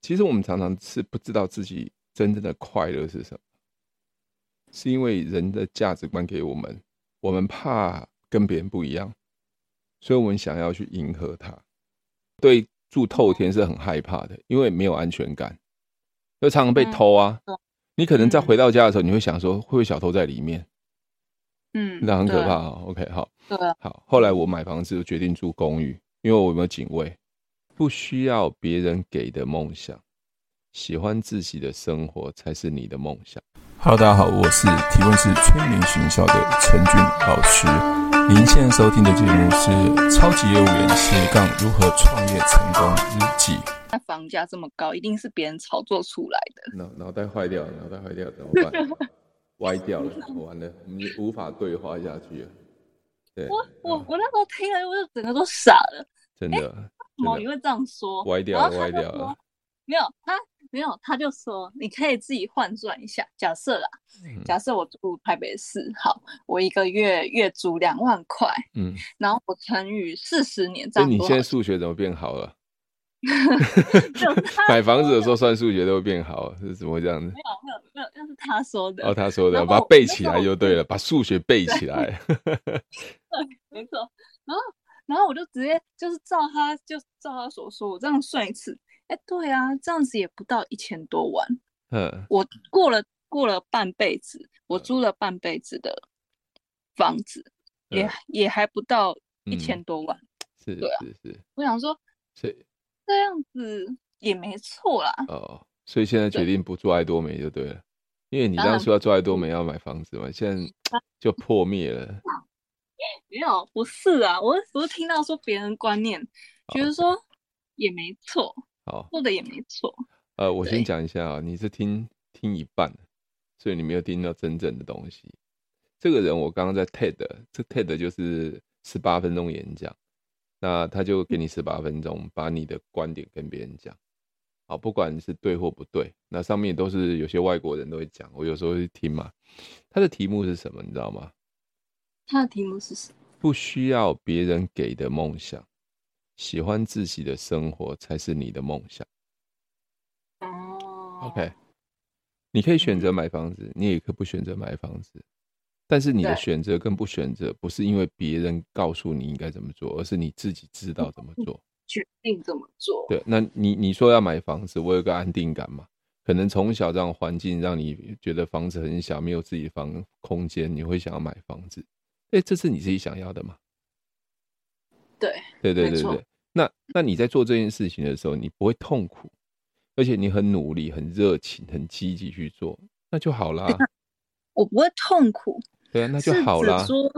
其实我们常常是不知道自己真正的快乐是什么，是因为人的价值观给我们，我们怕跟别人不一样，所以我们想要去迎合他。对住透天是很害怕的，因为没有安全感，就常常被偷啊。嗯你可能在嗯回到家的时候，你会想说，会不会小偷在里面？嗯，那很可对怕。哦。OK，好，对，啊好。后来我买房子，就决定住公寓，因为我没有警卫，不需要别人给的梦想，喜欢自己的生活才是你的梦想。 Hello，大家好，我是提问是催眠学校的陈俊老师。您现在收听的节目是《超级业务员斜杠如何创业成功日记》。那房价这么高，一定是别人炒作出来的。脑脑袋坏掉了，脑袋坏掉了怎么办？歪掉了，完了，我们无法对话下去了。对，嗯我我我那时候听了，我就整个都傻了，真的怎么真你的会这样说？歪掉然了，后他歪就掉了说。没有他没有，他就说你可以自己换算一下，假设啦，嗯假设我住台北市，好，我一个月月租两万块，嗯，然后我乘以四十年，这那样你多现在少数学怎么变好了？钱？就是他买房子的时候算数学都会变好，是怎么会这样子？没有没有，那是他说的，哦，他说的，然后把它我背那起时候来我就对了，把数学背起来。 没错。然后然后我就直接就是照他就照他所说，我这样算一次，哎，对啊，这样子也不到一千多万。嗯，我过了过了半辈子，我租了半辈子的房子，也嗯也还不到一千嗯多万。是对啊是是，我想说所以这样子也没错啦，哦，所以现在决对定不做爱多美就对了，因为你当当然嗯初要做爱多美要买房子嘛，现在就破灭了。 没有不是啊，我我是听到说别人观念，哦觉得说也没错，好，做的也没错，呃，我先对讲一下啊，你是听听一半，所以你没有听到真正的东西。这个人我刚刚在 TED，这 TED 就是十八分钟演讲，那他就给你十八分钟，把你的观点跟别人讲。好，不管是对或不对，那上面都是有些外国人都会讲，我有时候会听嘛。他的题目是什么，你知道吗？他的题目是什么？不需要别人给的梦想，喜欢自己的生活才是你的梦想。哦嗯 OK，你可以选择买房子，你也可以不选择买房子，但是你的对选择跟不选择，不是因为别人告诉你应该怎么做，而是你自己知道怎么 做。决定怎么做？对，那你你说要买房子，我有个安定感嘛？可能从小这样环境让你觉得房子很小，没有自己房空间，你会想要买房子。哎，这是你自己想要的吗？对对对没对错对。那那你在做这件事情的时候，你不会痛苦，而且你很努力、很热情、很积极去做，那就好啦。我不会痛苦，对啊，那是就好啦指。说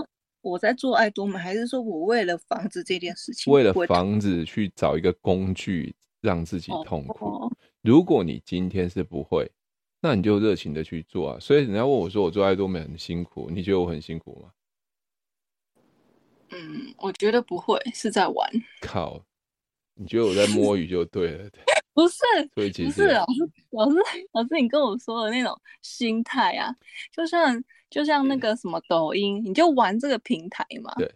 我在做爱多美，还是说我为了房子这件事情，为了不会痛防止去找一个工具让自己痛苦。哦如果你今天是不会，那你就热情的去做啊。所以人家问我说，我做爱多美很辛苦，你觉得我很辛苦吗？嗯，我觉得不会是在玩，靠，你觉得我在摸鱼就对了。不是，所以其 不实是啊老师，老师，老师，你跟我说的那种心态啊，就像就像那个什么抖音，你就玩这个平台嘛，嗯对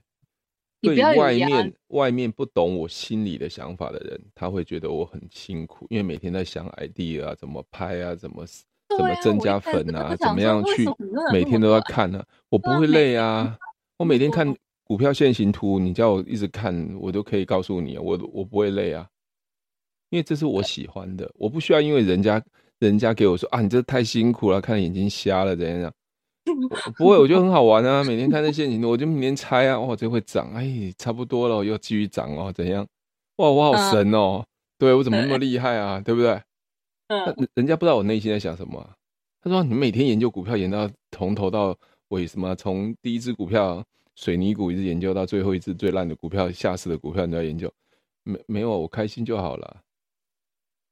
你对不要有外压力面外面不懂我心里的想法的人，他会觉得我很辛苦，因为每天在想 idea 啊，怎么拍啊，怎么怎对么啊增我加一开始粉啊，都怎想么说样为去什么你那么每那天么都要快看啊，我不对啊会每累天都啊，我那每么天多看股票线形图，你叫我一直看，我都可以告诉你，我我不会累啊，因为这是我喜欢的，我不需要因为人家人家给我说啊，你这太辛苦了，看眼睛瞎了怎样怎样。 我不会，我觉得很好玩啊！每天看那陷阱，我就每天猜啊，哇，这会涨，哎，差不多了，又继续涨哦，怎样？哇，我好嗯神哦！对我怎么那么厉害啊？对不对？那嗯，人人家不知道我内心在想什么啊、他说你每天研究股票，研到从头到尾，什么啊从第一只股票水泥股一直研究到最后一只最烂的股票，下市的股票你都要研究。没没有啊，我开心就好了。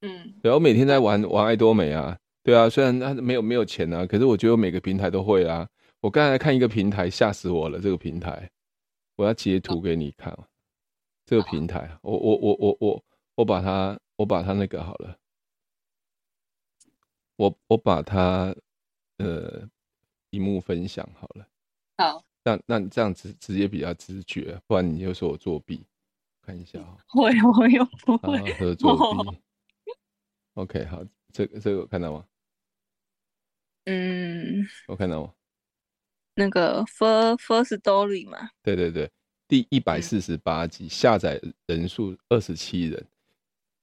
嗯，对啊，我每天在玩玩爱多美啊，对啊，虽然它没有没有钱啊，可是我觉得我每个平台都会啊。我刚才看一个平台，吓死我了，这个平台，我要截图给你看。哦这个平台，啊我我我我我我把它我把它那个好了，我我把它呃荧幕分享好了，好，让让你这样直直接比较直觉，不然你就说我作弊。看一下啊、 会我又不哦，会，啊，合作哦弊。 OK，好，这个这个我看到吗？嗯，我看到吗？那个 First First Story 嘛，对对对，第一嗯百四十八集下载人数二十七人，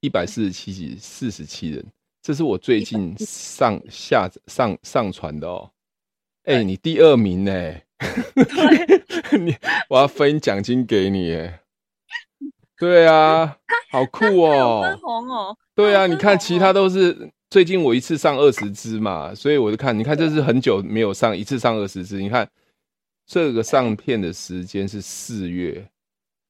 一百四十七集四十七人，这是我最近上下上上传的哦。哎、你第二名呢、 你我要分奖金给你哎。对啊，好酷还有分哦！红哦，对啊，还有你分看红其哦他都是最近我一次上二十支嘛，所以我就看，你看这啊是很久没有上一次上二十支，你看这个上片的时间是四月，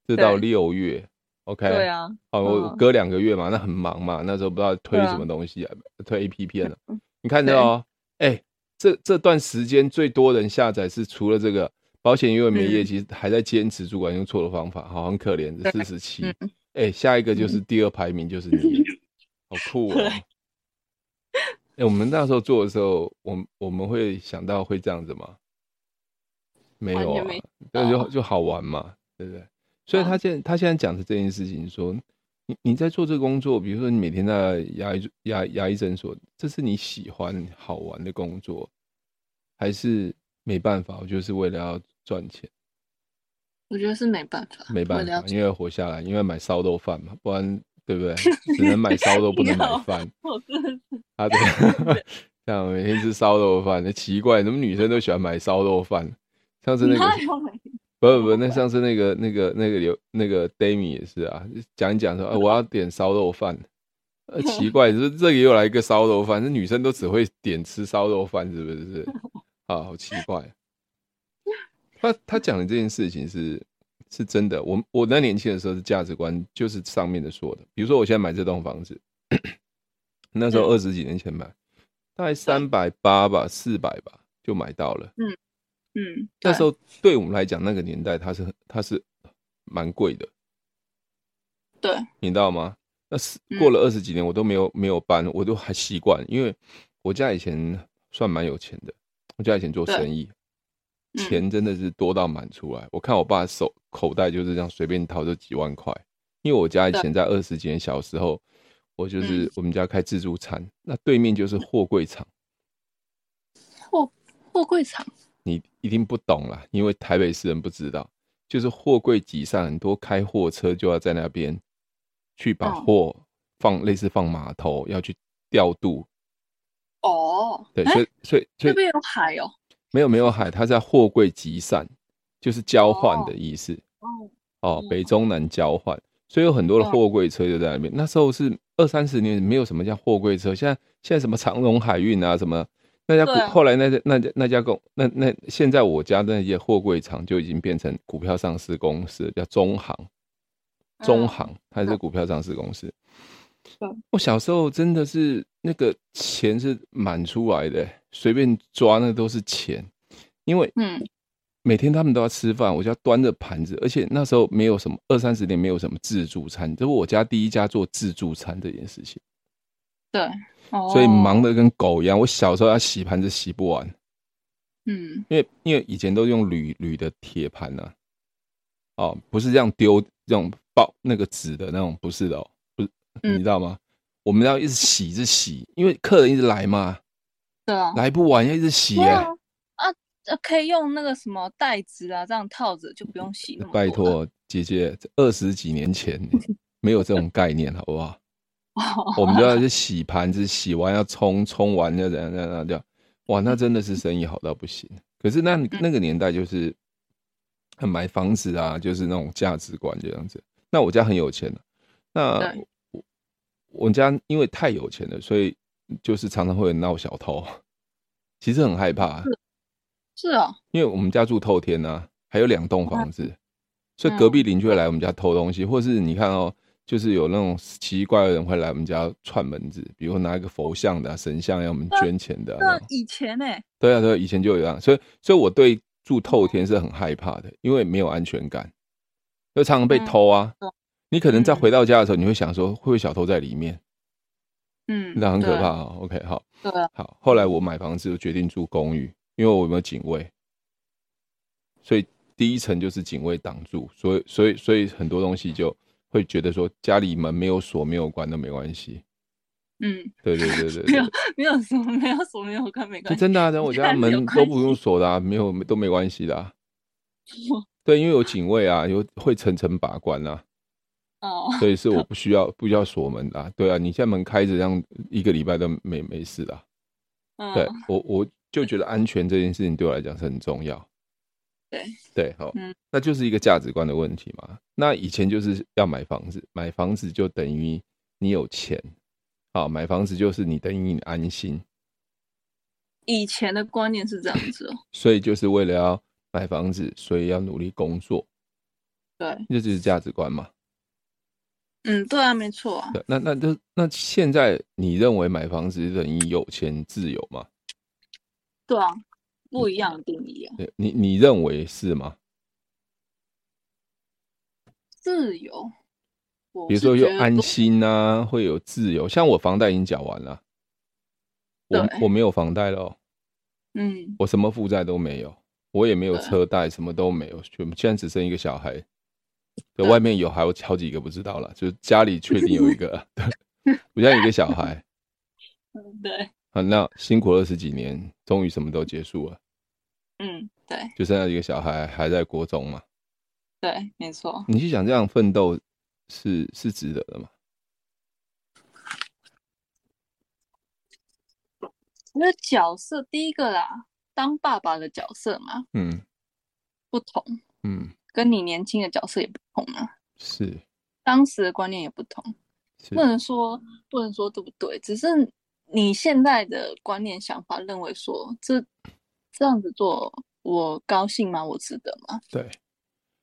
这到对六月，OK，对啊，哦，我嗯隔两个月嘛，那很忙嘛，那时候不知道推对啊什么东西啊，推 A P P 了嗯。你看到哦，哎、这这段时间最多人下载是除了这个保险因为没业嗯绩，还在坚持主管用错的方法，好，很可怜的四十七。嗯哎，下一个就是第二排名就是你，好酷哦对！哎，我们那时候做的时候，我们我们会想到会这样子吗？没有完啊全没，那就到就好玩嘛，对不对？所以他啊现在他现在讲的这件事情说，你你在做这个工作，比如说你每天在牙医牙牙医诊所，这是你喜欢好玩的工作，还是没办法，我就是为了要赚钱，我觉得是没办法，没办为了要法，因为要活下来，因为买烧肉饭嘛，不然对不对？ 只能买烧肉，不能买饭 我真的是啊！对， 这样每天吃烧肉饭，奇怪，怎么女生都喜欢买烧肉饭？上次那个哪有人不不不，那上次那个那个那个刘那个 Dami 也是啊，讲一讲说，哎、我要点烧肉饭，呃，奇怪，这这里又来一个烧肉饭，这女生都只会点吃烧肉饭，是不是？啊，好奇怪。他他讲的这件事情是是真的，我我那年轻的时候是价值观就是上面的说的，比如说我现在买这栋房子，那时候嗯二十几年前买，大概三百八吧，四百吧就买到了。嗯，那对时候对我们来讲，那个年代它是很它是蛮贵的，对，你知道吗？那是嗯过了二十几年，我都没有没有搬，我都还习惯，因为我家以前算蛮有钱的，我家以前做对生意，嗯钱真的是多到满出来。我看我爸手口袋就是这样随便掏就几万块，因为我家以前在二十几年小时候，我嗯就是我们家开自助餐，那对面就是货柜厂。货货柜厂，你一定不懂啦，因为台北市人不知道，就是货柜集散，很多开货车就要在那边去把哦货放，类似放码头，要去调度。哦，对，哎所以所以所那以边有海哦，没有没有海，它是在货柜集散，就是交换哦的意思哦，哦嗯，北中南交换，所以有很多的嗯货柜车就在那边。那时候是二三十年没有什么叫货柜车，现在现在什么长荣海运啊什么。那家股对啊后来那家那家那家公那那现在我家的那些货柜厂就已经变成股票上市公司了，叫中行。中嗯行它是嗯股票上市公司嗯。我小时候真的是那个钱是满出来的，欸随便抓那都是钱，因为嗯每天他们都要吃饭，我就要端着盘子，而且那时候没有什么二三十年没有什么自助餐，这是我家第一家做自助餐这件事情，对，哦，所以忙得跟狗一样。我小时候要洗盘子洗不完，嗯，因为因为以前都用铝铝的铁盘呐、哦，不是这样丢这种爆那个纸的那种，不是的、哦，不是，嗯你知道吗？我们要一直洗，一直洗，因为客人一直来嘛，对啊，来不完要一直洗对耶、啊，啊，呃可以用那个什么袋子啊，这样套着就不用洗那么多拜了，托，姐姐，这二十几年前没有这种概念，好不好？我们就要去洗盘子，洗完要冲，冲完要怎样怎样怎样怎样。哇，那真的是生意好到不行。可是那那个年代就是，买房子啊，就是那种价值观这样子。那我家很有钱、啊那对我我家因为太有钱了，所以就是常常会有闹小偷， 其实很害怕，啊是哦，因为我们家住透天呐、还有两栋房子，所以嗯隔壁邻居会来我们家偷东西，或是你看哦，就是有那种奇奇怪怪的人会来我们家串门子，比如拿一个佛像的啊、神像要我们捐钱的啊、那那种以前呢，对啊，对啊，以前就有这样，所以所以我对住透天是很害怕的，因为没有安全感，就常常被嗯偷啊。懂你可能在嗯回到家的时候，你会想说，会不会小偷在里面？嗯，那很可对怕，哦。OK，好，对啊，好，后来我买房子就决定住公寓，因为我没有警卫，所以第一层就是警卫挡住，所以所以所以很多东西就会觉得说家里门没有锁没有关都没关系，嗯，对对对对没有对，没有什么，没有什么，没有跟没这关系。真的 啊，然后我你家看有门关都不用锁的啊，没有都没关系的 啊。对，因为有警卫啊，有会层层把关啊，哦，所以是我不需要不需要锁门的、啊。对啊，你现在门开着，这样一个礼拜都没没事的啊、嗯，对我我就觉得安全这件事情对我来讲是很重要。对对，好，嗯那就是一个价值观的问题嘛。那以前就是要买房子，买房子就等于你有钱，好，买房子就是你等于你安心，以前的观念是这样 子哦，所以就是为了要买房子，所以要努力工作，对，这就是价值观嘛。嗯，对啊，没错啊，对，那那就那现在你认为买房子等于有钱自由吗？对啊，不一样的定义啊，对你你认为是吗？自由。我比如说是有觉得安不心啊，会有自由。像我房贷已经缴完了，我对我没有房贷了哦，嗯，我什么负债都没有，我也没有对车贷，什么都没有，全部现在只剩一个小孩。对，对外面有还有好几个不知道了，就是家里确定有一 个，对我家有一个小孩。嗯对，啊，那辛苦二十几年，终于什么都结束了，嗯，对就剩下一个小孩还在国中嘛。对，没错，你去想这样奋斗是是值得的吗？因为角色第一个啦，当爸爸的角色嘛嗯不同，嗯，跟你年轻的角色也不同啊，是当时的观念也不同，是不能说不能说对不对，只是你现在的观念想法认为说这这样子做我高兴吗？我值得吗？对，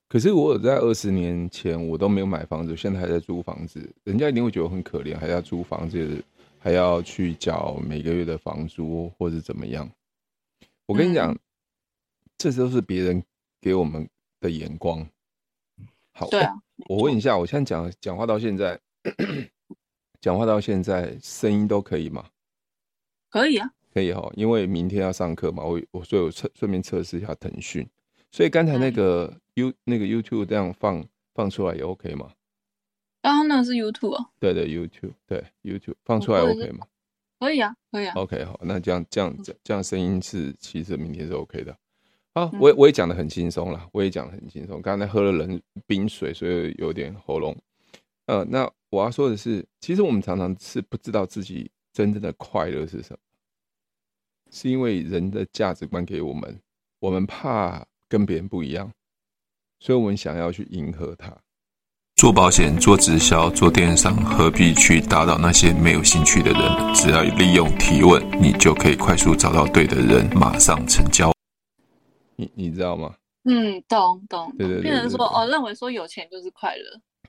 可是我有在二十年前我都没有买房子，现在还在租房子，人家一定会觉得我很可怜，还要租房子，还要去缴每个月的房租或者怎么样。我嗯跟你讲，这都是别人给我们的眼光。好，对啊，我问一下，我现在讲讲话到现在， 讲话到现在声音都可以吗？可以啊，可以哈，因为明天要上课嘛，我我所以我测顺便测试一下腾讯，所以刚才那嗯个 You 那个 YouTube 这样放放出来也 OK 吗？刚刚那个是 YouTube，哦对对，YouTube 对 YouTube 放出来我不会 OK 吗可以啊，可以啊， ？OK 好，那这样这样这这样声音是其实明天是 OK 的。好，嗯我也我也讲的很轻松啦，我也讲的很轻松。刚才喝了冷冰水，所以有点喉咙。呃，那我要说的是，其实我们常常是不知道自己真正的快乐是什么，是因为人的价值观给我们，我们怕跟别人不一样，所以我们想要去迎合他。做保险、做直销、做电商，何必去打扰那些没有兴趣的人？只要利用提问，你就可以快速找到对的人，马上成交。你你知道吗？嗯，懂懂，对对对懂变成对说对哦，认为说有钱就是快乐，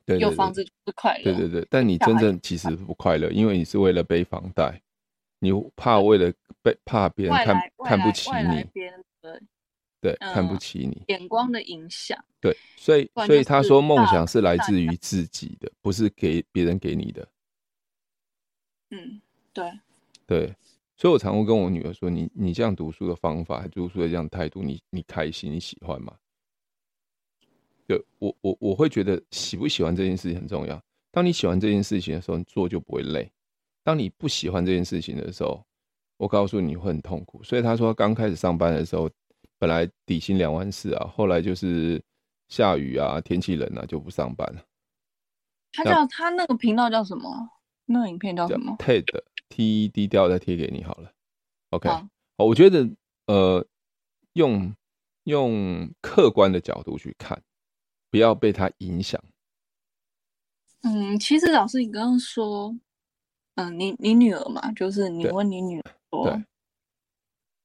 对对有对房子就是快乐，对对对，但你真正其实不快乐，因为你是为了背房贷，你怕为了被怕别人外看来外看不来起外来你，别人的对，嗯看不起你，眼光的影响，对，所以不然所以就是他说梦大想是来大自于自己的，不是给别人给你的，嗯，对，对。所以我常会跟我女儿说，你你这样读书的方法，读书的这样态度，你你开心，你喜欢吗？对我我我会觉得喜不喜欢这件事情很重要。当你喜欢这件事情的时候，你做就不会累；当你不喜欢这件事情的时候，我告诉你会很痛苦。所以他说，刚开始上班的时候，本来底薪两万四啊，后来就是下雨啊、天气冷啊，就不上班了。他那叫他那个频道叫什么？那个影片叫叫什么？ TED T E D 调再贴给你好了。OK，好好，我觉得呃，用用客观的角度去看，不要被它影响。嗯，其实老师，你刚刚说，嗯，你你女儿嘛，就是你对问你女儿说对，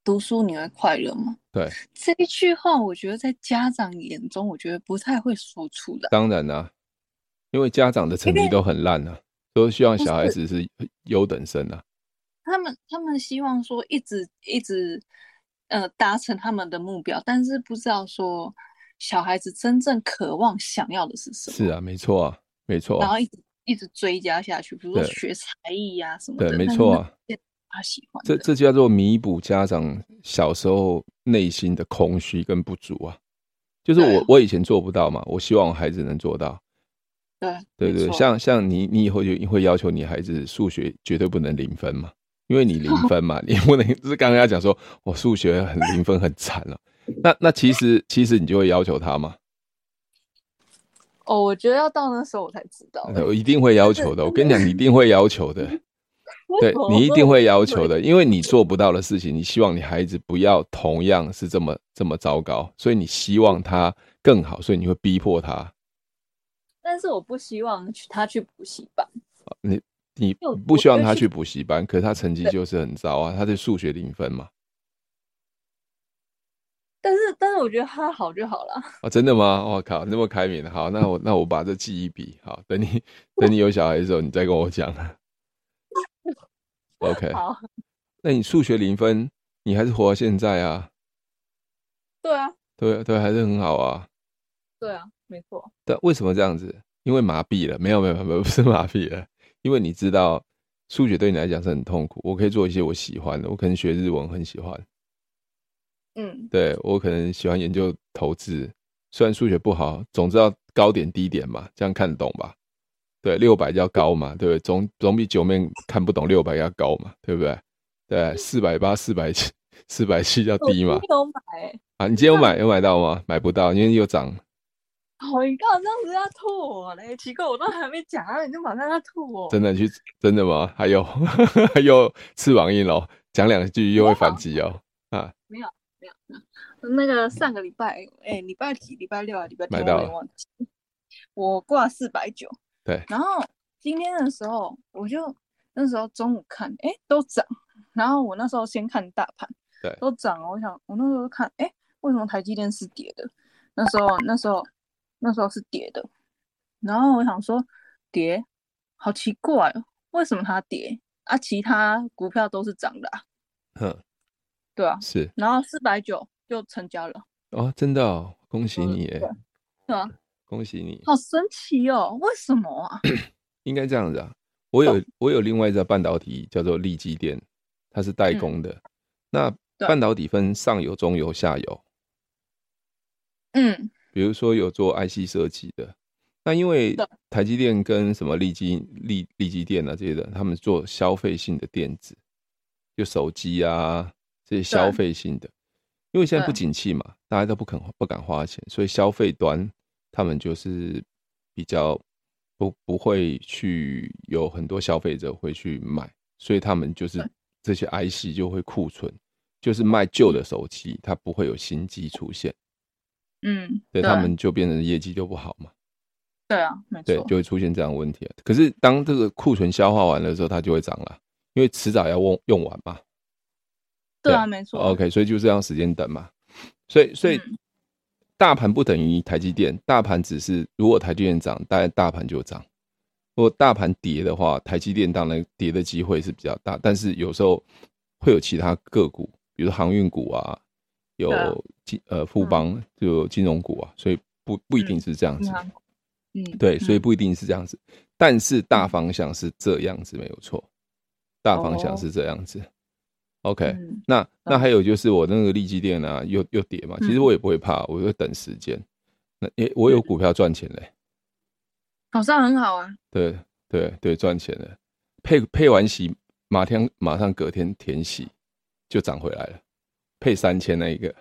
读书你会快乐吗？对，这一句话，我觉得在家长眼中，我觉得不太会说出来。当然啦、啊因为家长的成绩都很烂啊，都希望不小孩子是是优等生啊。他们他们希望说一直一直呃达成他们的目标，但是不知道说小孩子真正渴望想要的是什么，是啊，没错啊，没错然啊、后一直一直追加下去，比如说对学才艺呀、什么对的，没但是错那啊不是他喜欢这的这叫做弥补家长小时候内心的空虚跟不足啊。就是对我啊我以前做不到嘛，我希望我孩子能做到。对对没对，错像像你，你以后就会要求你孩子数学绝对不能零分嘛，因为你零分嘛， 你不能就是刚刚要讲说我数学很零分很惨了、那那其实其实你就会要求他嘛，哦，我觉得要到那时候我才知道。欸我一定会要求的。我跟你讲，你一定会要求的，对你一定会要求的，因为你做不到的事情，你希望你孩子不要同样是这么这么糟糕，所以你希望他更好，所以你会逼迫他。但是我不希望去他去补习班。你因为我不希望我觉得他是去补习班，可是他成绩就是很糟啊，他的数学零分嘛。但是，但是我觉得他好就好了。哦，真的吗？我靠，那么开明，好，那我那我把这记一笔，好，等你等你有小孩的时候，你再跟我讲。OK， 好，那你数学零分，你还是活到现在啊？对啊，对对，还是很好啊。对啊，没错。但为什么这样子？因为麻痹了，没有没有没有，不是麻痹了，因为你知道数学对你来讲是很痛苦。我可以做一些我喜欢的，我可能学日文很喜欢，嗯，对我可能喜欢研究投资，虽然数学不好，总知道高点低点嘛，这样看得懂吧？对，六百叫高嘛，对不对？总总比九面看不懂六百要高嘛，对不对？对，四百八、四百七、四百七叫低嘛我。有买、欸。啊，你今天有买有买到吗？买不到，因为又涨。哦，你干嘛这样子要吐我嘞？奇怪，我都还没讲啊，你就马上要吐我。真的去真的吗？还有 又翅膀硬哦，讲两句又会反击哦。那个上个礼拜，哎、礼拜几？礼拜六啊，礼拜天买到我有点忘记。我挂四百九，对然后今天的时候，我就那时候中午看，哎、都涨。然后我那时候先看大盘，对都涨了。我想，我那时候看，哎、为什么台积电是跌的？那时候，那时候，那时候是跌的。然后我想说，跌，好奇怪哦，为什么它跌？啊，其他股票都是涨的、啊，哼，对啊。是然后四百九就成交了。哦，真的哦，恭喜你耶对！对啊，恭喜你！好神奇哦！为什么啊？ 应该这样子啊。我有我有另外一家半导体叫做力积电，它是代工的。那对半导体分上游、中游、下游。嗯，比如说有做 IC 设计的，那因为对台积电跟什么力基力力基电啊这些的，他们做消费性的电子，就手机啊这些消费性的，因为现在不对景气嘛，大家都不肯不敢花钱，所以消费端他们就是比较不不会去有很多消费者会去买，所以他们就是对这些 IC 就会库存，就是卖旧的手机，它不会有新机出现。嗯，对他们就变成业绩就不好嘛，对啊，没对，错，就会出现这样的问题。可是当这个库存消化完了之后，它就会涨了，因为迟早要用用完嘛。哦对啊，没错。 OK，所以就这样时间等嘛。所以，所以嗯大盘不等于台积电，大盘只是如果台积电涨，大大盘就涨；如果大盘跌的话，台积电当然跌的机会是比较大，但是有时候会有其他个股，比如说航运股啊，有对啊嗯金呃富邦就有金融股啊，所以不不一定是这样子。银行嗯，对，所以嗯不一定是这样子，但是大方向是这样子没有错，大方向哦是这样子。OK，、嗯那那还有就是我那个利基店啊，又又跌嘛，其实嗯我也不会怕，我就等时间。那诶、我有股票赚钱嘞、好像很好 啊。对对对，赚钱了，配配完息，马天马上隔天填息就涨回来了，配三千那一个，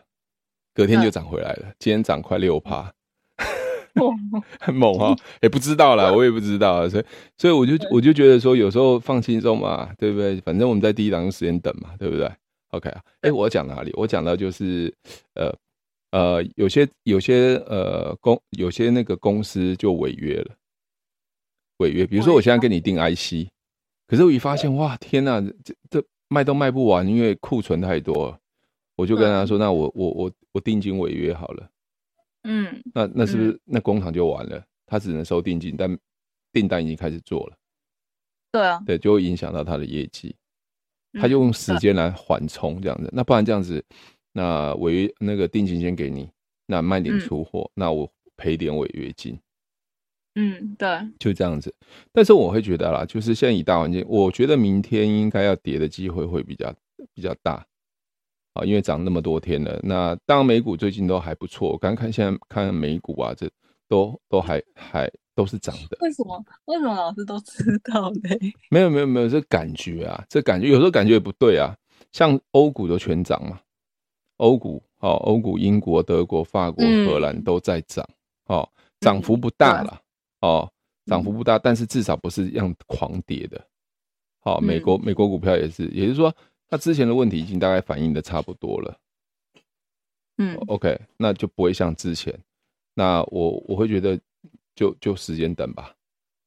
隔天就嗯涨回来了，今天涨快六趴。哇很猛哦，也不知道啦，我也不知道啊，所以所以我就我就觉得说，有时候放轻松嘛，对不对？反正我们在第一档用时间等嘛，对不对？OK 啊，哎、我讲哪里？我讲到就是，呃呃，有些有些呃公有些那个公司就违约了，违约。比如说我现在跟你订 IC，可是我一发现，哇，天呐，这这卖都卖不完，因为库存太多了，我就跟他说，那我我我我定金违约好了。嗯，那那是不是那工厂就完了？他只能收定金，但订单已经开始做了，对啊，对，就会影响到他的业绩。嗯他就用时间来缓冲这样子，那不然这样子，那违约那个定金先给你，那慢点嗯出货，那我赔点违约金，嗯，对，就这样子。但是我会觉得啦，就是现在以大环境，我觉得明天应该要跌的机会会比较比较大啊，因为涨那么多天了。那当然美股最近都还不错，我刚看现在看美股啊，这都都还还都是涨的。为什么？为什么老师都知道嘞？没有没有没有，这感觉啊，这感觉有时候感觉也不对啊。像欧股都全涨嘛，欧股哦，欧股英国、德国、法国、嗯荷兰都在涨，哦，涨幅不大对啊嗯啦，哦，涨幅不大，但是至少不是一样狂跌的。好、嗯美国美国股票也是，也就是说，它之前的问题已经大概反映的差不多了。嗯 OK，那就不会像之前。那我我会觉得就就时间等吧，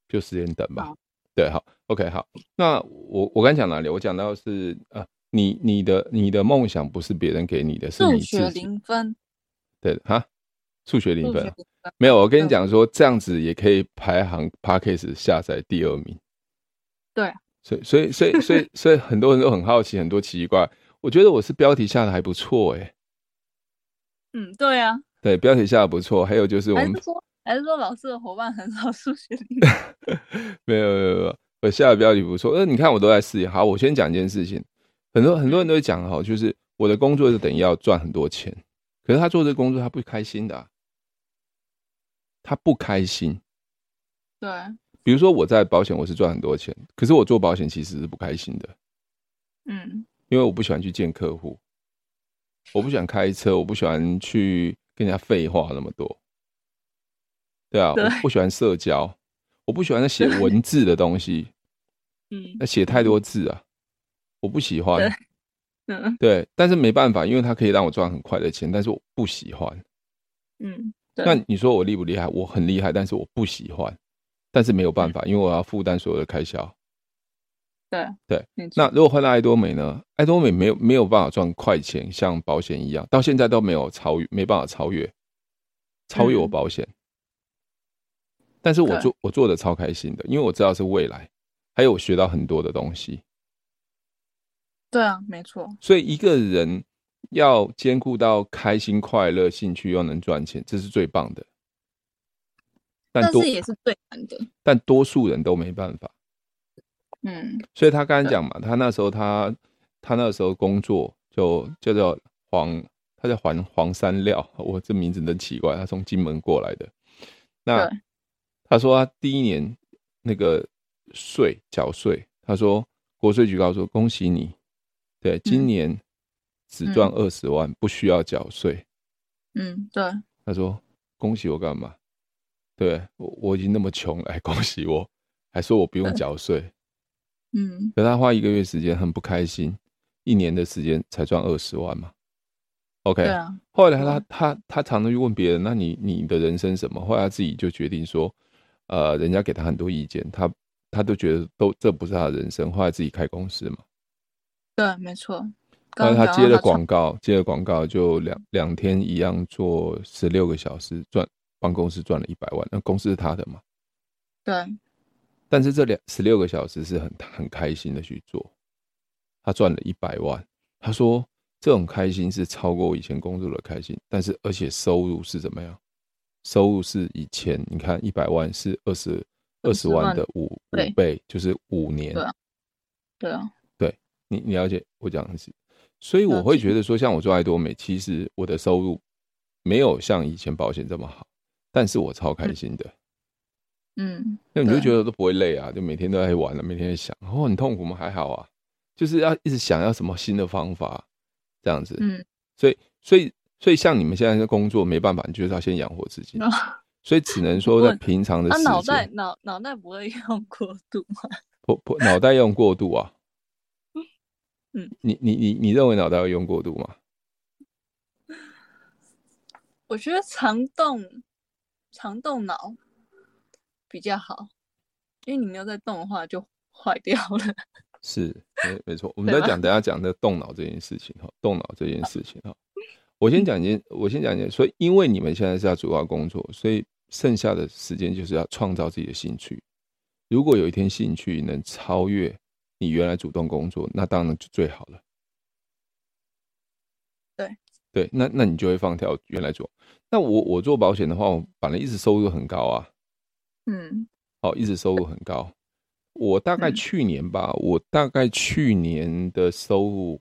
就时间等吧好。对，好，OK，好。那我我刚讲哪里？我讲到是啊，你你的你的梦想不是别人给你的，是数你自学己零分，对哈，数学零数学分啊零分，没有。我跟你嗯讲说，这样子也可以排行 p a c k a s e 下载第二名。对啊，所以所以所以所以所以很多人都很好奇，很多奇怪。我觉得我是标题下的还不错诶、嗯，对啊，对，标题下的不错。还有就是我还们是说还是说老师的伙伴很少数学 零分？没有没有没有，我下的标题不错。呃，你看我都在试验。好，我先讲一件事情，很多很多人都会讲哈，就是我的工作就等于要赚很多钱，可是他做这个工作他不开心的啊、他不开心。对，比如说我在保险我是赚很多钱，可是我做保险其实是不开心的，嗯因为我不喜欢去见客户，我不喜欢开车，我不喜欢去跟人家废话那么多。对啊，对我不喜欢社交，我不喜欢那写文字的东西。嗯那写太多字啊，我不喜欢。嗯对，但是没办法，因为它可以让我赚很快的钱，但是我不喜欢。嗯，对，那你说我厉不厉害？我很厉害，但是我不喜欢，但是没有嗯办法，因为我要负担所有的开销。对对没错，那如果换到爱多美呢？爱多美没有没有办法赚快钱，像保险一样，到现在都没有超越，没办法超越，超越我嗯保险。但是我对做我做的超开心的，因为我知道是未来，还有我学到很多的东西。对啊，没错，所以一个人要兼顾到开心、快乐、兴趣，又能赚钱，这是最棒的。但但多是也是最难的，但多数人都没办法，嗯所以他刚才讲嘛，他那时候他他那时候工作就就叫黄，他叫黄黄山料，我这名字真奇怪，他从金门过来的。那对他说他第一年那个税缴税，他说国税局告诉我恭喜你，对，今嗯年只赚二十万，不需要缴税。嗯，对，他说：“恭喜我干嘛？对我我已经那么穷，来恭喜我，还说我不用缴税。嗯可他花一个月时间很不开心，一年的时间才赚二十万嘛。OK，、对啊，后来他他他常常去问别人，那你你的人生什么？后来他自己就决定说，呃，人家给他很多意见，他他都觉得都这不是他的人生。后来自己开公司嘛，对，没错。后刚来他刚讲接到了他广告，接了广告就两两天一样做十六个小时赚，帮公司赚了一百万。那公司是他的嘛？对，但是这两十六个小时是很很开心的去做，他赚了一百万。他说这种开心是超过我以前工作的开心，但是而且收入是怎么样？收入是以前你看一百万是二十二十20万万的五五对倍，就是五年。对啊对啊，你你了解我讲的是，所以我了会解觉得说，像我做爱多美，其实我的收入没有像以前保险这么好，但是我超开心的。嗯，那你就对觉得都不会累啊，就每天都在玩了，每天在想，哦，很痛苦吗？还好啊，就是要一直想要什么新的方法，这样子。嗯，所以，所以，所以像你们现在的工作没办法，你就是要先养活自 己，所以只能说在问平常的他时啊脑袋间，脑脑袋不会用过度吗？ 不不，脑袋用过度啊。嗯，你你你你认为脑袋要用过度吗？我觉得常动常动脑比较好，因为你没有在动的话就坏掉了。 是，没没错。我们对在吧讲，等一下讲的动脑这件事情哈，动脑这件事情哈。我嗯先讲一件，我先讲一件，所以因为你们现在是要主要工作，所以剩下的时间就是要创造自己的兴趣。如果有一天兴趣能超越你原来主动工作，那当然就最好了。对对，那那你就会放掉原来做。那我我做保险的话，我本来一直收入很高啊，嗯哦，一直收入很高。我大概嗯去年吧，我大概去年的收入，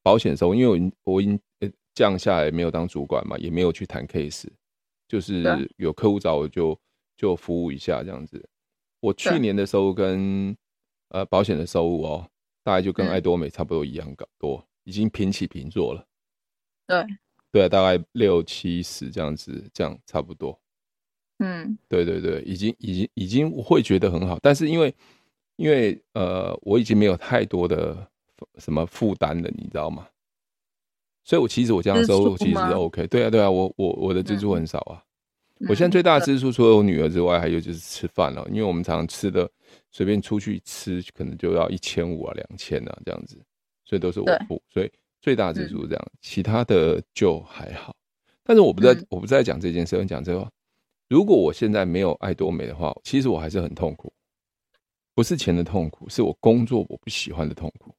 保险收入，因为我已经我已经呃降下来，没有当主管嘛，也没有去谈 case，就是对啊有客户找我就就服务一下这样子。我啊去年的收入跟呃保险的收入哦，大概就跟嗯爱多美差不多一样高多，已经平起平坐了。对，对，啊大概六七十这样子，这样差不多。嗯对对对，已经已经已经我会觉得很好，但是因为因为呃，我已经没有太多的什么负担了，你知道吗？所以我其实我这样的支收入出其实吗是 OK。对啊对啊，我我我的支出嗯很少啊。我现在最大的支出，除了我女儿之外，还有就是吃饭了、因为我们常常吃的随便出去吃，可能就要一千五啊、两千啊这样子，所以都是我对嗯付，所以最大的支出是这样，其他的就还好。但是我不在，嗯我不再讲这件事，我讲这个话。如果我现在没有爱多美的话，其实我还是很痛苦，不是钱的痛苦，是我工作我不喜欢的痛苦。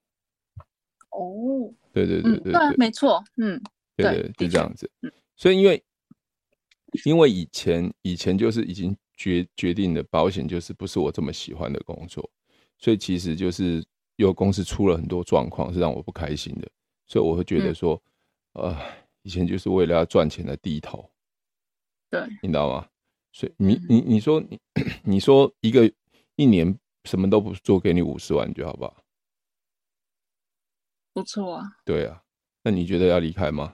哦，对对对嗯，对对，啊没错，嗯对对对，就的这确嗯样子。所以因为因为以前以前就是已经决决定的保险就是不是我这么喜欢的工作，所以其实就是有公司出了很多状况是让我不开心的，所以我会觉得嗯说，呃，以前就是为了要赚钱来低头，对，你知道吗？所以你嗯你你说你 你说一个一年什么都不做，给你五十万，你觉得好不好？不错啊，对啊，那你觉得要离开吗？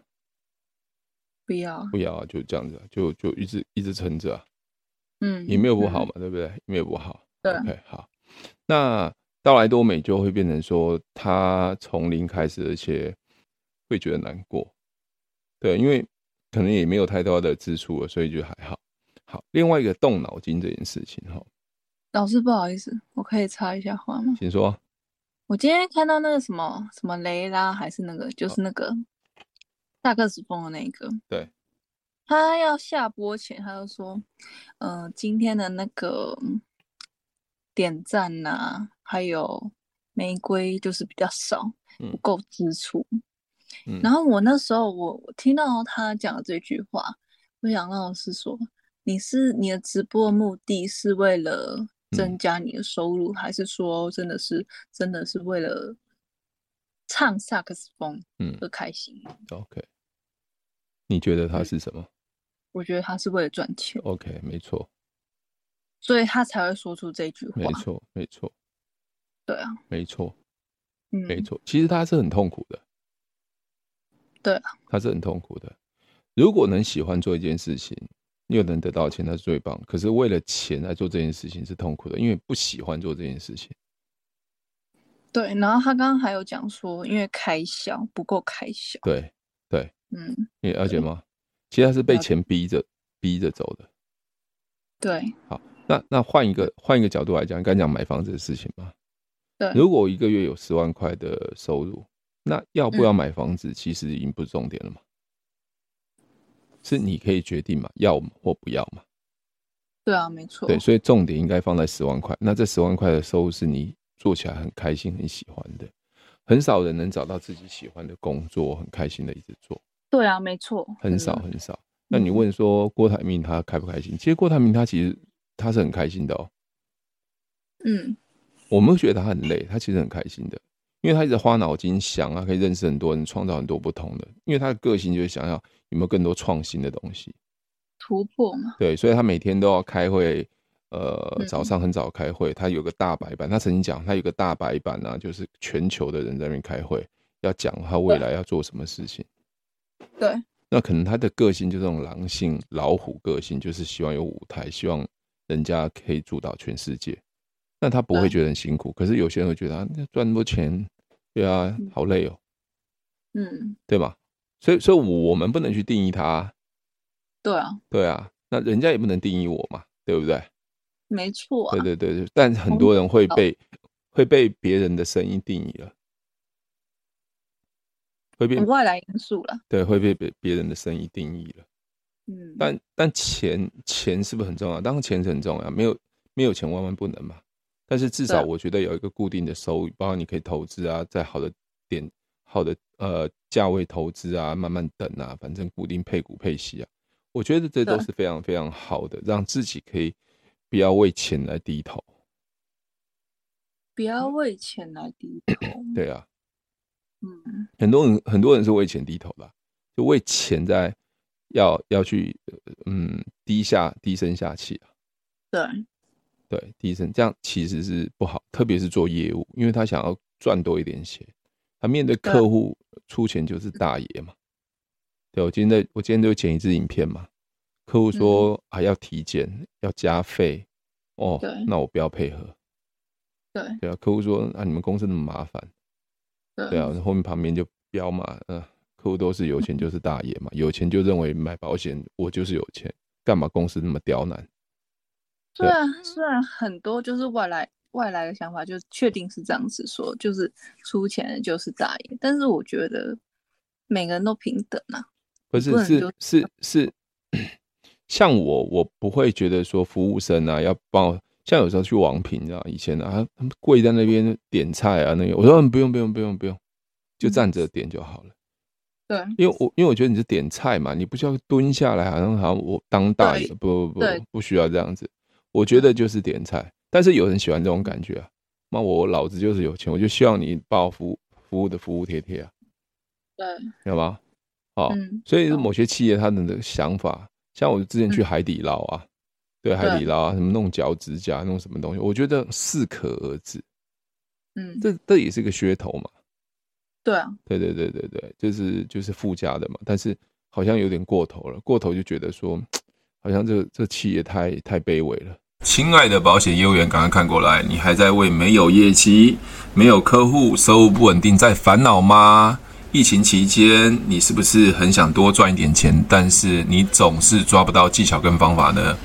不要，不要啊，就这样子啊，就就一直一直撑着啊。嗯，也没有不好嘛，对不对？也没有不好。对 OK，好。那到来多美就会变成说，他从零开始，而且会觉得难过。对，因为可能也没有太多的支出了，所以就还好。好，另外一个动脑筋这件事情哈，老师不好意思，我可以插一下话吗？请说。我今天看到那个什么什么雷拉，还是那个，就是那个萨克斯风的那个。嗯对。他要下播前，他就说：“嗯、今天的那个嗯点赞呐、啊还有玫瑰就是比较少，嗯不够支出。嗯然后我那时候我我听到他讲的这句话，我想到的是说，你是你的直播目的是为了嗯增加你的收入，还是说真的是真的是为了唱萨克斯风嗯而开心？ ，OK。你觉得嗯它是什么我觉得他是为了赚钱， ？OK，没错，所以他才会说出这句话没。错，没错，对啊，没错，嗯，没错。其实它是很痛苦的。对啊，他是很痛苦的。如果能喜欢做一件事情，又能得到钱，那是最棒。可是为了钱来做这件事情是痛苦的，因为不喜欢做这件事情。对。然后他刚刚还有讲说，因为开销不够开销，对，嗯，你了解吗？其实他是被了解钱逼着逼着走的。对那那换一个换一个角度来讲，刚才讲买房子的事情嘛。对如果我一个月有十万块的收入，那要不嗯要买房子，其实已经不是重点了嘛。是你可以决定嘛，要或不要嘛。对啊，没错，对，所以重点应该放在十万块。那这十万块的收入是你做起来很开心、很喜欢的。很少人能找到自己喜欢的工作，很开心的一直做，对啊，没错，很真少的很少。那你问说郭台铭他开不开心？其实郭台铭他其实他是很开心的哦。嗯，我们会觉得他很累，他其实很开心的，因为他一直花脑筋想啊，可以认识很多人，创造很多不同的。因为他的个性就是想要有没有更多创新的东西。突破嘛，对，所以他每天都要开会，呃，嗯早上很早开会，他有个大白板，他曾经讲他有个大白板啊，就是全球的人在那边开会，要讲他未来要做什么事情。对，那可能他的个性就这种狼性老虎个性，就是希望有舞台，希望人家可以主导全世界。那他不会对觉得很辛苦，可是有些人会觉得啊，那赚那么多钱，对啊嗯，好累哦，嗯，对吧？所以，所以我们不能去定义他，啊对啊，对啊，那人家也不能定义我嘛，对不对？没错啊，对对对对，但很多人会好被会被别人的声音定义了，会被外来因素了，对会被别别人的声音定义了。嗯，但但钱钱是不是很重要？当然钱是很重要，没有没有钱万万不能嘛。但是至少对啊我觉得有一个固定的收入，包括你可以投资啊，在好的点、好的呃价位投资啊，慢慢等啊，反正固定配股配息啊，我觉得这都对啊是非常非常好的，让自己可以不要为钱来低头。不要为钱来低头，嗯对啊，嗯，很多人很多人是为钱低头的啊，就为钱在要要去呃嗯低下低声下气啊。对，对，提升这样其实是不好，特别是做业务，因为他想要赚多一点钱，他面对对客户出钱就是大爷嘛。对，我今天在我今天就剪一支影片嘛，客户说、啊要体检要加费，哦嗯对，那我不要配合。对对啊，客户说啊你们公司那么麻烦，对对啊，后面旁边就标嘛，嗯、客户都是有钱就是大爷嘛，有钱就认为买保险我就是有钱，干嘛公司那么刁难？虽然虽然很多就是外来外来的想法，就确定是这样子说，就是出钱就是大爷，但是我觉得每个人都平等啊。不是不能是就是是，像我我不会觉得说服务生啊要帮我，像有时候去王品，你知道以前啊他们跪在那边点菜啊那个，我说嗯不用不用不用不用，就嗯站着点就好了，对因为我因为我觉得你是点菜嘛，你不需要蹲下来，好像好像我当大爷，对不不不对不需要这样子，我觉得就是点菜，但是有人喜欢这种感觉啊，那我老子就是有钱，我就希望你把我服务服务的服服帖帖啊，对，知道吗？好、嗯，所以懂某些企业他们的想法，像我之前嗯去海底捞啊，对海底捞啊，什么弄脚指甲，弄什么东西，我觉得适可而止，嗯，这这也是个噱头嘛，对啊，对对对对对，就是就是附加的嘛，但是好像有点过头了，过头就觉得说，好像这这企业太太卑微了。亲爱的保险业务员，赶快看过来！你还在为没有业绩、没有客户、收入不稳定在烦恼吗？疫情期间，你是不是很想多赚一点钱，但是你总是抓不到技巧跟方法呢？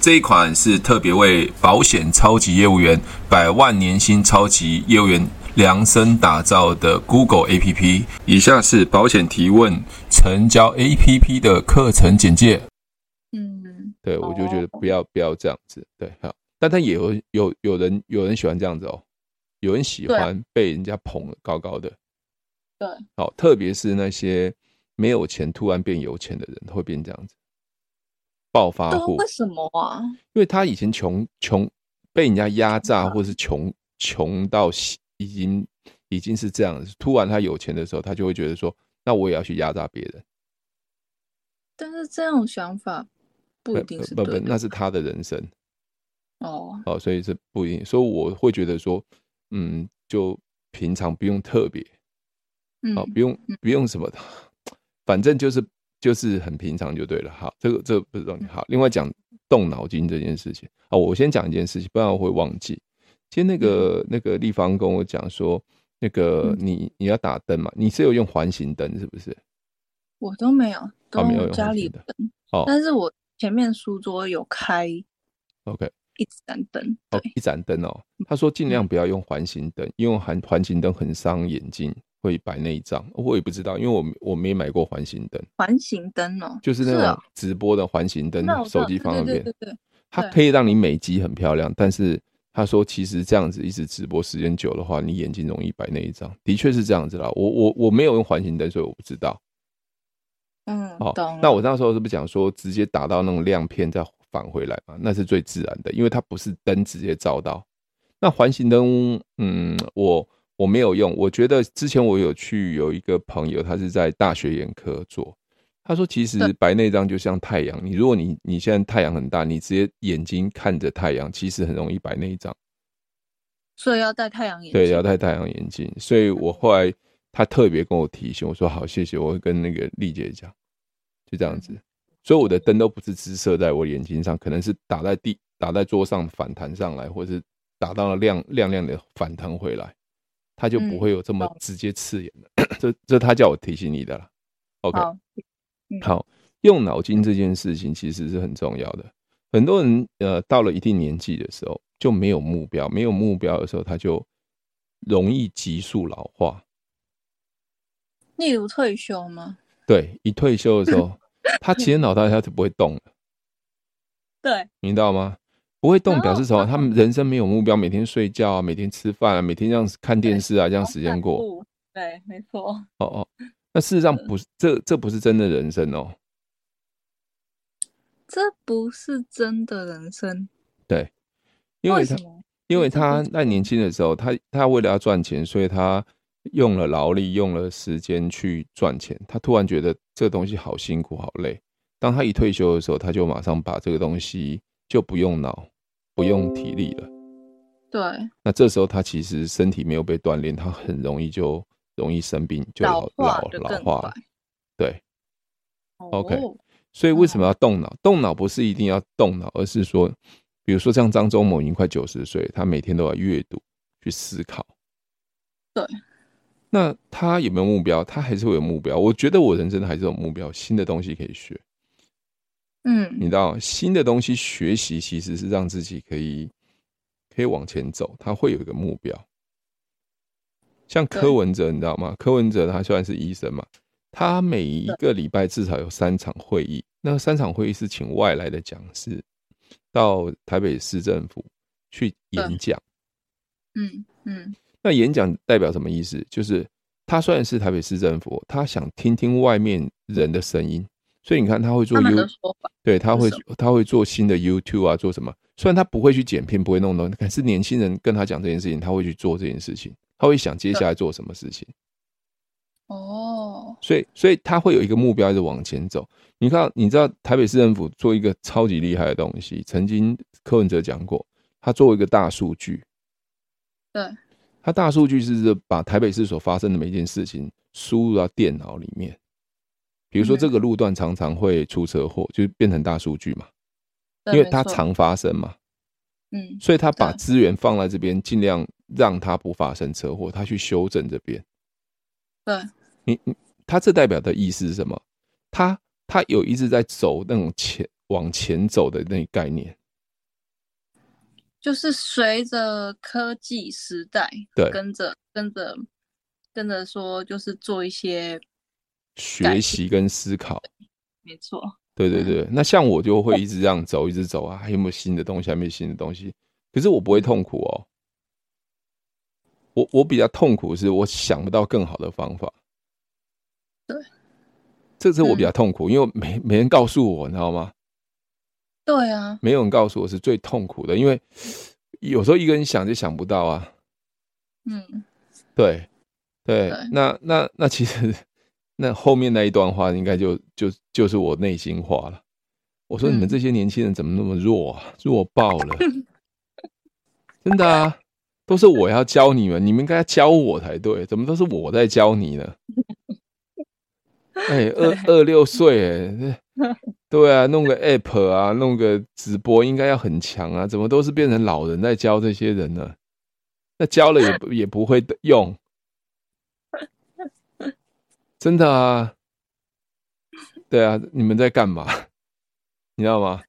这一款是特别为保险超级业务员、百万年薪超级业务员量身打造的 Google APP。以下是保险提问、成交 APP 的课程简介。嗯，对，我就觉得哦不要不要这样子，对，好，但他也有有有人有人喜欢这样子哦，有人喜对啊欢被人家捧得高高的，对，好，特别是那些没有钱突然变有钱的人，会变这样子，暴发对啊，户为，什么啊？因为他以前穷穷被人家压榨，啊或是穷穷到已经已经是这样子，突然他有钱的时候，他就会觉得说，那我也要去压榨别人。但是这种想法不一定是呃不不对不，的那是他的人生。哦，哦，所以是不一定，所以我会觉得说，嗯，就平常不用特别，嗯好、，不用不用什么的，反正就是就是很平常就对了。好，这个这个不是重嗯点。好，另外讲动脑筋这件事情啊、我先讲一件事情，不然我会忘记。今天那个那个立方跟我讲说，那个嗯你你要打灯嘛，你是有用环形灯是不是？我都没有，都哦没有用家红里心有的灯，哦但是我前面书桌有开一，OK，嗯盏灯，哦对，一盏灯哦。他说尽嗯量不要用环形灯，因为环环形灯很伤眼睛，会白内障。我也不知道，因为我我没买过环形灯， 环形灯哦，就是那啊种直播的环形灯那我，知手道机对放那对边对，对对，它对可以让你美肌很漂亮，但是。他说：“其实这样子一直直播时间久的话，你眼睛容易白内障，的确是这样子啦。我我我没有用环形灯，所以我不知道。嗯，哦懂，那我那时候是不是讲说直接打到那种亮片再返回来嘛？那是最自然的，因为它不是灯直接照到。那环形灯，嗯，我我没有用。我觉得之前我有去有一个朋友，他是在大学眼科做，他说其实对白内障就像太阳，你如果你你现在太阳很大，你直接眼睛看着太阳，其实很容易白内障。所以要戴太阳眼对，镜，要戴太阳眼镜。所以我后来他特别跟我提醒，我说好，谢谢，我会跟那个丽姐讲，就这样嗯子。所以我的灯都不是直射在我眼睛上，可能是打在地、打在桌上反弹上来，或是打到了亮亮亮的反弹回来，它就不嗯会有这么懂直接刺眼了。 这这他叫我提醒你的啦。OK，好，好，用脑筋这件事情其实是很重要的。很多人呃，到了一定年纪的时候就没有目标，没有目标的时候，他就容易急速老化。例如退休吗？对，一退休的时候，他其实脑袋他就不会动了，对，你知道吗？不会动然后表示什么？然他们人生没有目标，每天睡觉啊，每天吃饭啊，每天这样看电视啊，这样时间过。不， 对，没错，哦哦，那事实上不是，这这不是真的人生哦。这不是真的人生，对，因为他什么？因为这他不是在年轻的时候，他他为了要赚钱，所以他用了劳力，用了时间去赚钱。他突然觉得这东西好辛苦，好累。当他一退休的时候，他就马上把这个东西就不用脑，不用体力了。对，那这时候他其实身体没有被锻炼，他很容易就容易生病，就老化老的老更化快。。对，OK 哦所以为什么要动脑？动脑不是一定要动脑，而是说，比如说像张忠谋已经快九十岁，他每天都要阅读、去思考。对。那他有没有目标？他还是会有目标。我觉得我人生还是有目标，新的东西可以学。嗯，你知道，新的东西学习其实是让自己可以可以往前走，他会有一个目标。像对柯文哲，你知道吗？柯文哲他虽然是医生嘛，他每一个礼拜至少有三场会议，那三场会议是请外来的讲师到台北市政府去演对讲。嗯嗯，那演讲代表什么意思？就是他虽然是台北市政府，他想听听外面人的声音，所以你看他会做他们 U 的说法，对，他是会什他会做新的 YouTube 啊，做什么？虽然他不会去剪片，不会弄东西，可是年轻人跟他讲这件事情，他会去做这件事情，他会想接下来做什么事情，哦，所以所以他会有一个目标，一直往前走。你看，你知道台北市政府做一个超级厉害的东西，曾经柯文哲讲过，他做一个大数据，对，他大数据是把台北市所发生的每一件事情输入到电脑里面，比如说嗯这个路段常常会出车祸，就变成大数据嘛，对因为没它错常发生嘛。嗯所以他把对资源放在这边，尽量让它不发生车祸，他去修正这边。对，你你，他这代表的意思是什么？他他有一直在走那种前往前走的那概念，就是随着科技时代，对跟着跟着跟着说，就是做一些，学习跟思考。没错，对对对，那像我就会一直这样走，一直走啊，还有没有新的东西？还没有新的东西，可是我不会痛苦哦。我我比较痛苦是我想不到更好的方法。对，嗯这是我比较痛苦，因为没没人告诉我，你知道吗？对啊，没有人告诉我是最痛苦的，因为有时候一个人想就想不到啊。嗯，对，对，对那那那其实那后面那一段话应该就就就是我内心话了。我说嗯你们这些年轻人怎么那么弱啊，弱爆 了，真的啊，都是我要教你们，你们应该教我才对，怎么都是我在教你呢？哎，二二六岁，哎，这对啊，弄个 app 啊，弄个直播应该要很强啊，怎么都是变成老人在教这些人呢？那教了也不也不会用，真的啊，对啊，你们在干嘛？你知道吗？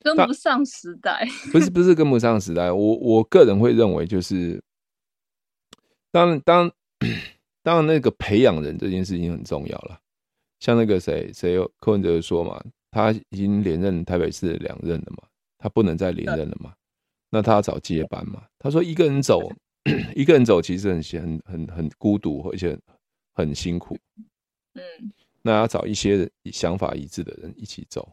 跟但不上时代， 不是不是跟不上时代，我我个人会认为就是，当然当当然那个培养人这件事情很重要了。像那个谁谁有柯文哲说嘛，他已经连任台北市两任了嘛，他不能再连任了嘛，那他要找接班嘛。他说一个人走， 一个人走其实很很很很孤独，而且很很辛苦。嗯，那要找一些人想法一致的人一起走，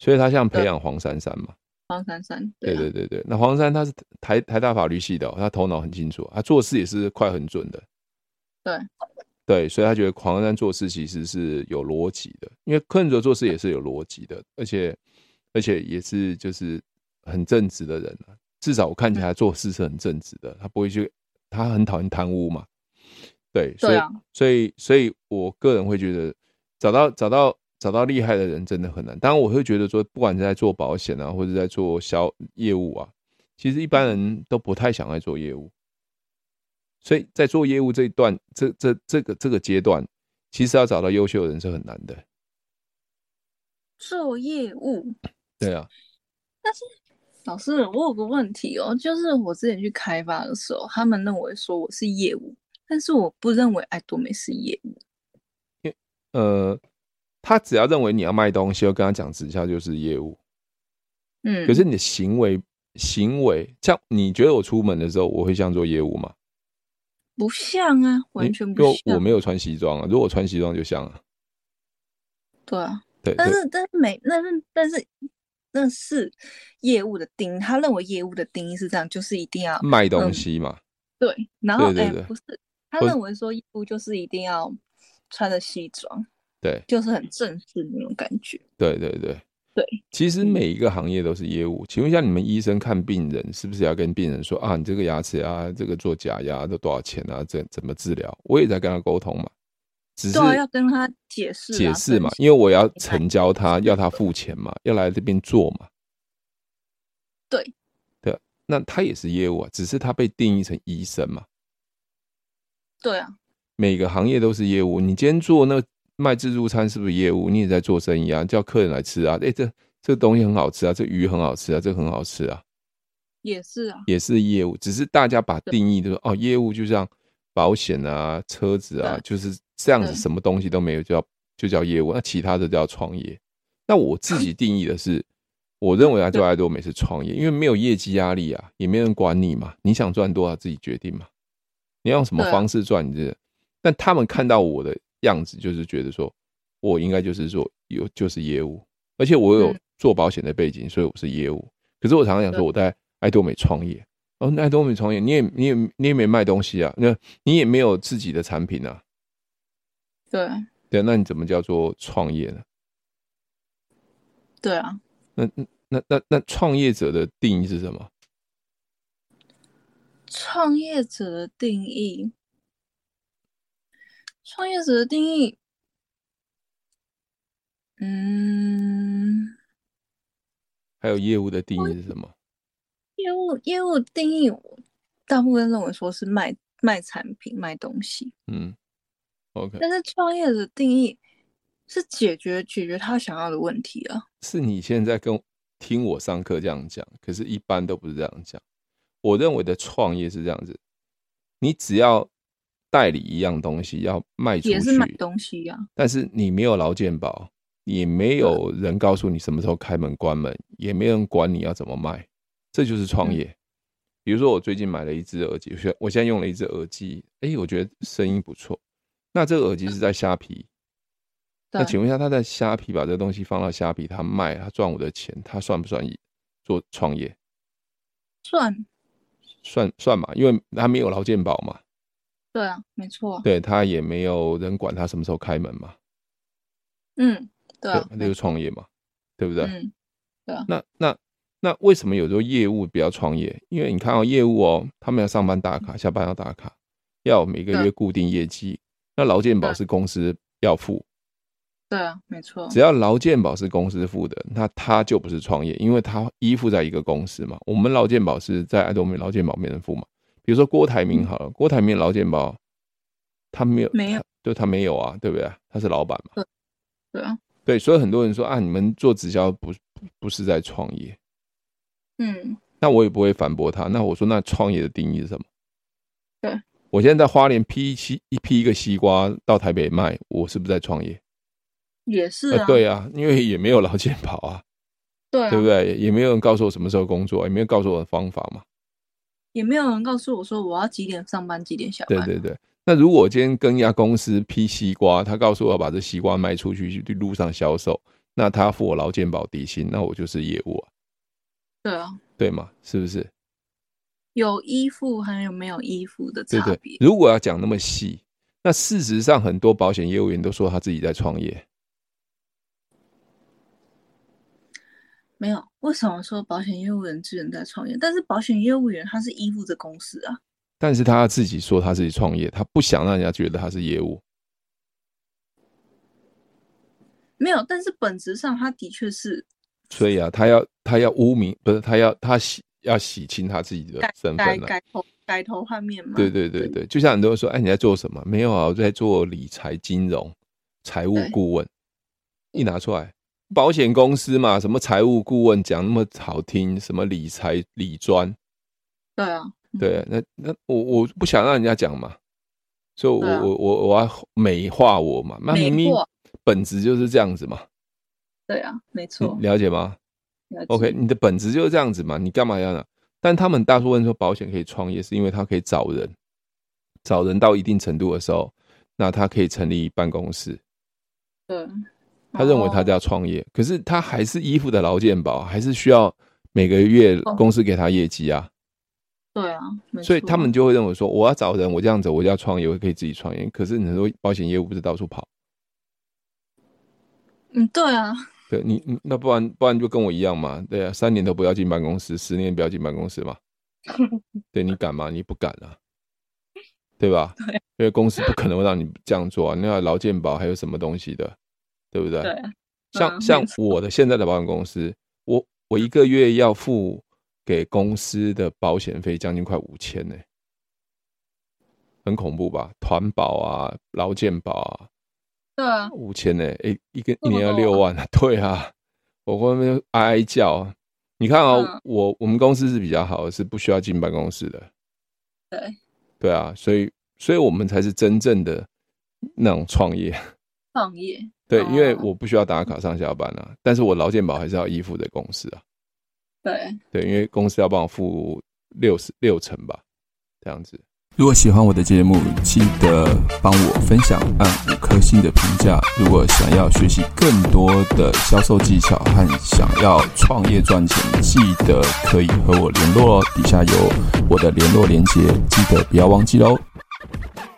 所以他像培养黄珊珊嘛。黄珊珊，对啊对对对，那黄珊他是台台大法律系的哦、他头脑很清楚，他做事也是快很准的。对对，所以他觉得黄珊珊做事其实是有逻辑的，因为柯文哲做事也是有逻辑的，而且而且也是就是很正直的人啊。至少我看起来他做事是很正直的，他不会去，他很讨厌贪污嘛。对，所以、对啊所以所以我个人会觉得找到找到找到厉害的人真的很难。当然，我会觉得说，不管是在做保险啊，或者在做销业务啊，其实一般人都不太想来做业务。所以在做业务这一段，这这这个这个阶段，其实要找到优秀的人是很难的。做业务。对啊，老师，我有个问题哦，就是我之前去开发的时候，他们认为说我是业务，但是我不认为爱多美是业务。呃，他只要认为你要卖东西，要跟他讲直销就是业务，嗯，可是你的行为行为，像你觉得我出门的时候，我会像做业务吗？不像啊，因完全因不为像。我没有穿西装啊，如果我穿西装就像啊，对啊，对，但对是但是每那是但是那是业务的定义，他认为业务的定义是这样，就是一定要卖东西嘛，对，然对后嗯对哎、对不是，他或认为说业务就是一定要穿着西装，对就是很正式那种感觉。对对对，对，嗯其实每一个行业都是业务。请问一下，你们医生看病人是不是要跟病人说啊，你这个牙齿啊，这个做假牙都多少钱啊？怎怎么治疗？我也在跟他沟通嘛，只是对啊，要跟他解释啊解释嘛分，析因为我要成交他，要他付钱嘛，要来这边做嘛。对对，那他也是业务啊，只是他被定义成医生嘛。对啊，每个行业都是业务。你今天做那卖自助餐是不是业务？你也在做生意啊，叫客人来吃啊。哎，这这东西很好吃啊，这鱼很好吃啊，这很好吃啊，也是啊，也是业务。只是大家把定义就是哦，业务就像保险啊、车子啊，就是这样子，对什么东西都没有就叫就叫业务，那其他的叫创业。那我自 己定义的是，我认为啊，叫爱多美是创业，因为没有业绩压力啊，也没人管你嘛，你想赚多少自己决定嘛，你要用什么对啊方式赚你这个。但他们看到我的样子，就是觉得说我应该就是说有就是业务，而且我有嗯做保险的背景，所以我是业务。可是我常常想说，对我在爱多美创业，哦，那爱多美创业，你也你也你也没卖东西啊，那你也没有自己的产品啊，对对，啊那你怎么叫做创业呢？对啊，那那那那那创业者的定义是什么？创业者的定义，创业者的定义，嗯，还有业务的定义是什么？业务业务定义，我大部分认为说是卖卖产品卖东西，嗯，OK，但是创业者定义是解决解决他想要的问题啊。是你现在跟听我上课这样讲，可是一般都不是这样讲。我认为的创业是这样子，你只要代理一样东西要卖出也是买去，东西呀、啊，但是你没有劳健保，也没有人告诉你什么时候开门关门，也没人管你要怎么卖，这就是创嗯业。比如说，我最近买了一只耳机，我现我现在用了一只耳机，诶，我觉得声音不错。那这个耳机是在虾皮，那嗯对，请问一下，他在虾皮把这个东西放到虾皮，他卖，他赚我的钱，他算不算做创业？算算算嘛，因为他没有劳健保嘛，对啊，没错啊，对他也没有人管他什么时候开门嘛，嗯，对啊，那就是创业嘛，对不对？啊嗯，那那那为什么有时候业务不要创业？因为你看哦，业务哦，他们要上班打卡，下班要打卡，要有每个月对固定业绩。那劳健保对是公司要付，对啊，没错，只要劳健保是公司付的，那他就不是创业，因为他依附在一个公司嘛。我们劳健保是在爱多美劳健保没人付嘛。比如说郭台铭好了，郭台铭劳健保他没有，嗯没有他，对他没有啊，对不对？他是老板嘛。对啊，对，所以很多人说啊，你们做直销不不不是在创业，嗯，那我也不会反驳他。那我说，那创业的定义是什么？对，我现在在花莲批一西一批一个西瓜到台北卖，我是不是在创业？也是呃啊，对啊，因为也没有劳健保啊，对啊，对不对？也没有人告诉我什么时候工作，也没有告诉我的方法嘛。也没有人告诉我说我要几点上班，几点下对班，对对。那如果我今天跟一家公司批西瓜，他告诉我要把这西瓜卖出去，去路上销售，那他要付我劳健保底薪，那我就是业务啊，对啊，对吗？是不是？有依附还有没有依附的对差对别，，如果要讲那么细，那事实上很多保险业务员都说他自己在创业，没有。为什么说保险业务员只能在创业？但是保险业务员他是依附着公司啊，但是他自己说他自己创业，他不想让人家觉得他是业务。没有，但是本质上他的确是所以啊，他要他要污名，不是他要他洗要洗清他自己的改身改份了、改头改头换面嘛，啊对对对对，就像很多人说，哎，你在做什么？没有啊，我在做理财、金融、财务对顾问。一拿出来，保险公司嘛，什么财务顾问讲那么好听，什么理财理专，对啊，对，那那我我不想让人家讲嘛，所以我、对啊我我我要美化我嘛，那美明明化本质就是这样子嘛，对啊，没你错。了解吗了解嗯？OK，你的本质就是这样子嘛，你干嘛要呢？但他们大部分说保险可以创业，是因为他可以找人，找人到一定程度的时候，那他可以成立办公室，对，他认为他哦叫创业，可是他还是依附的劳健保，还是需要每个月哦公司给他业绩啊。对啊，没所以错他们就会认为说，我要找人，我这样子，我就要创业，我可以自己创业。可是你很多保险业务不是到处跑，嗯，对啊，对你，你那不然不然就跟我一样嘛，对啊，三年都不要进办公室，十年不要进办公室 嘛。对你敢吗？你不敢啊，对吧？对啊因为公司不可能会让你这样做啊，那劳健保还有什么东西的，对不对？对，像嗯像没错我的现在的保险公司，我我一个月要付给公司的保险费将近快五千呢，很恐怖吧？团保啊，劳健保啊，对啊，五千呢，一一个一这么年要六多万啊， 对啊，我外面哀哀叫啊。你看啊、嗯我我们公司是比较好的，是不需要进办公室的，对，对啊，所以所以我们才是真正的那种创业， 创业，对，因为哦我不需要打卡上下班啊，但是我劳健保还是要依附的公司啊，对，对，因为公司要帮我付六十六成吧，这样子。如果喜欢我的节目，记得帮我分享，按五颗星的评价。如果想要学习更多的销售技巧和想要创业赚钱，记得可以和我联络哦。底下有我的联络连接，记得不要忘记喽。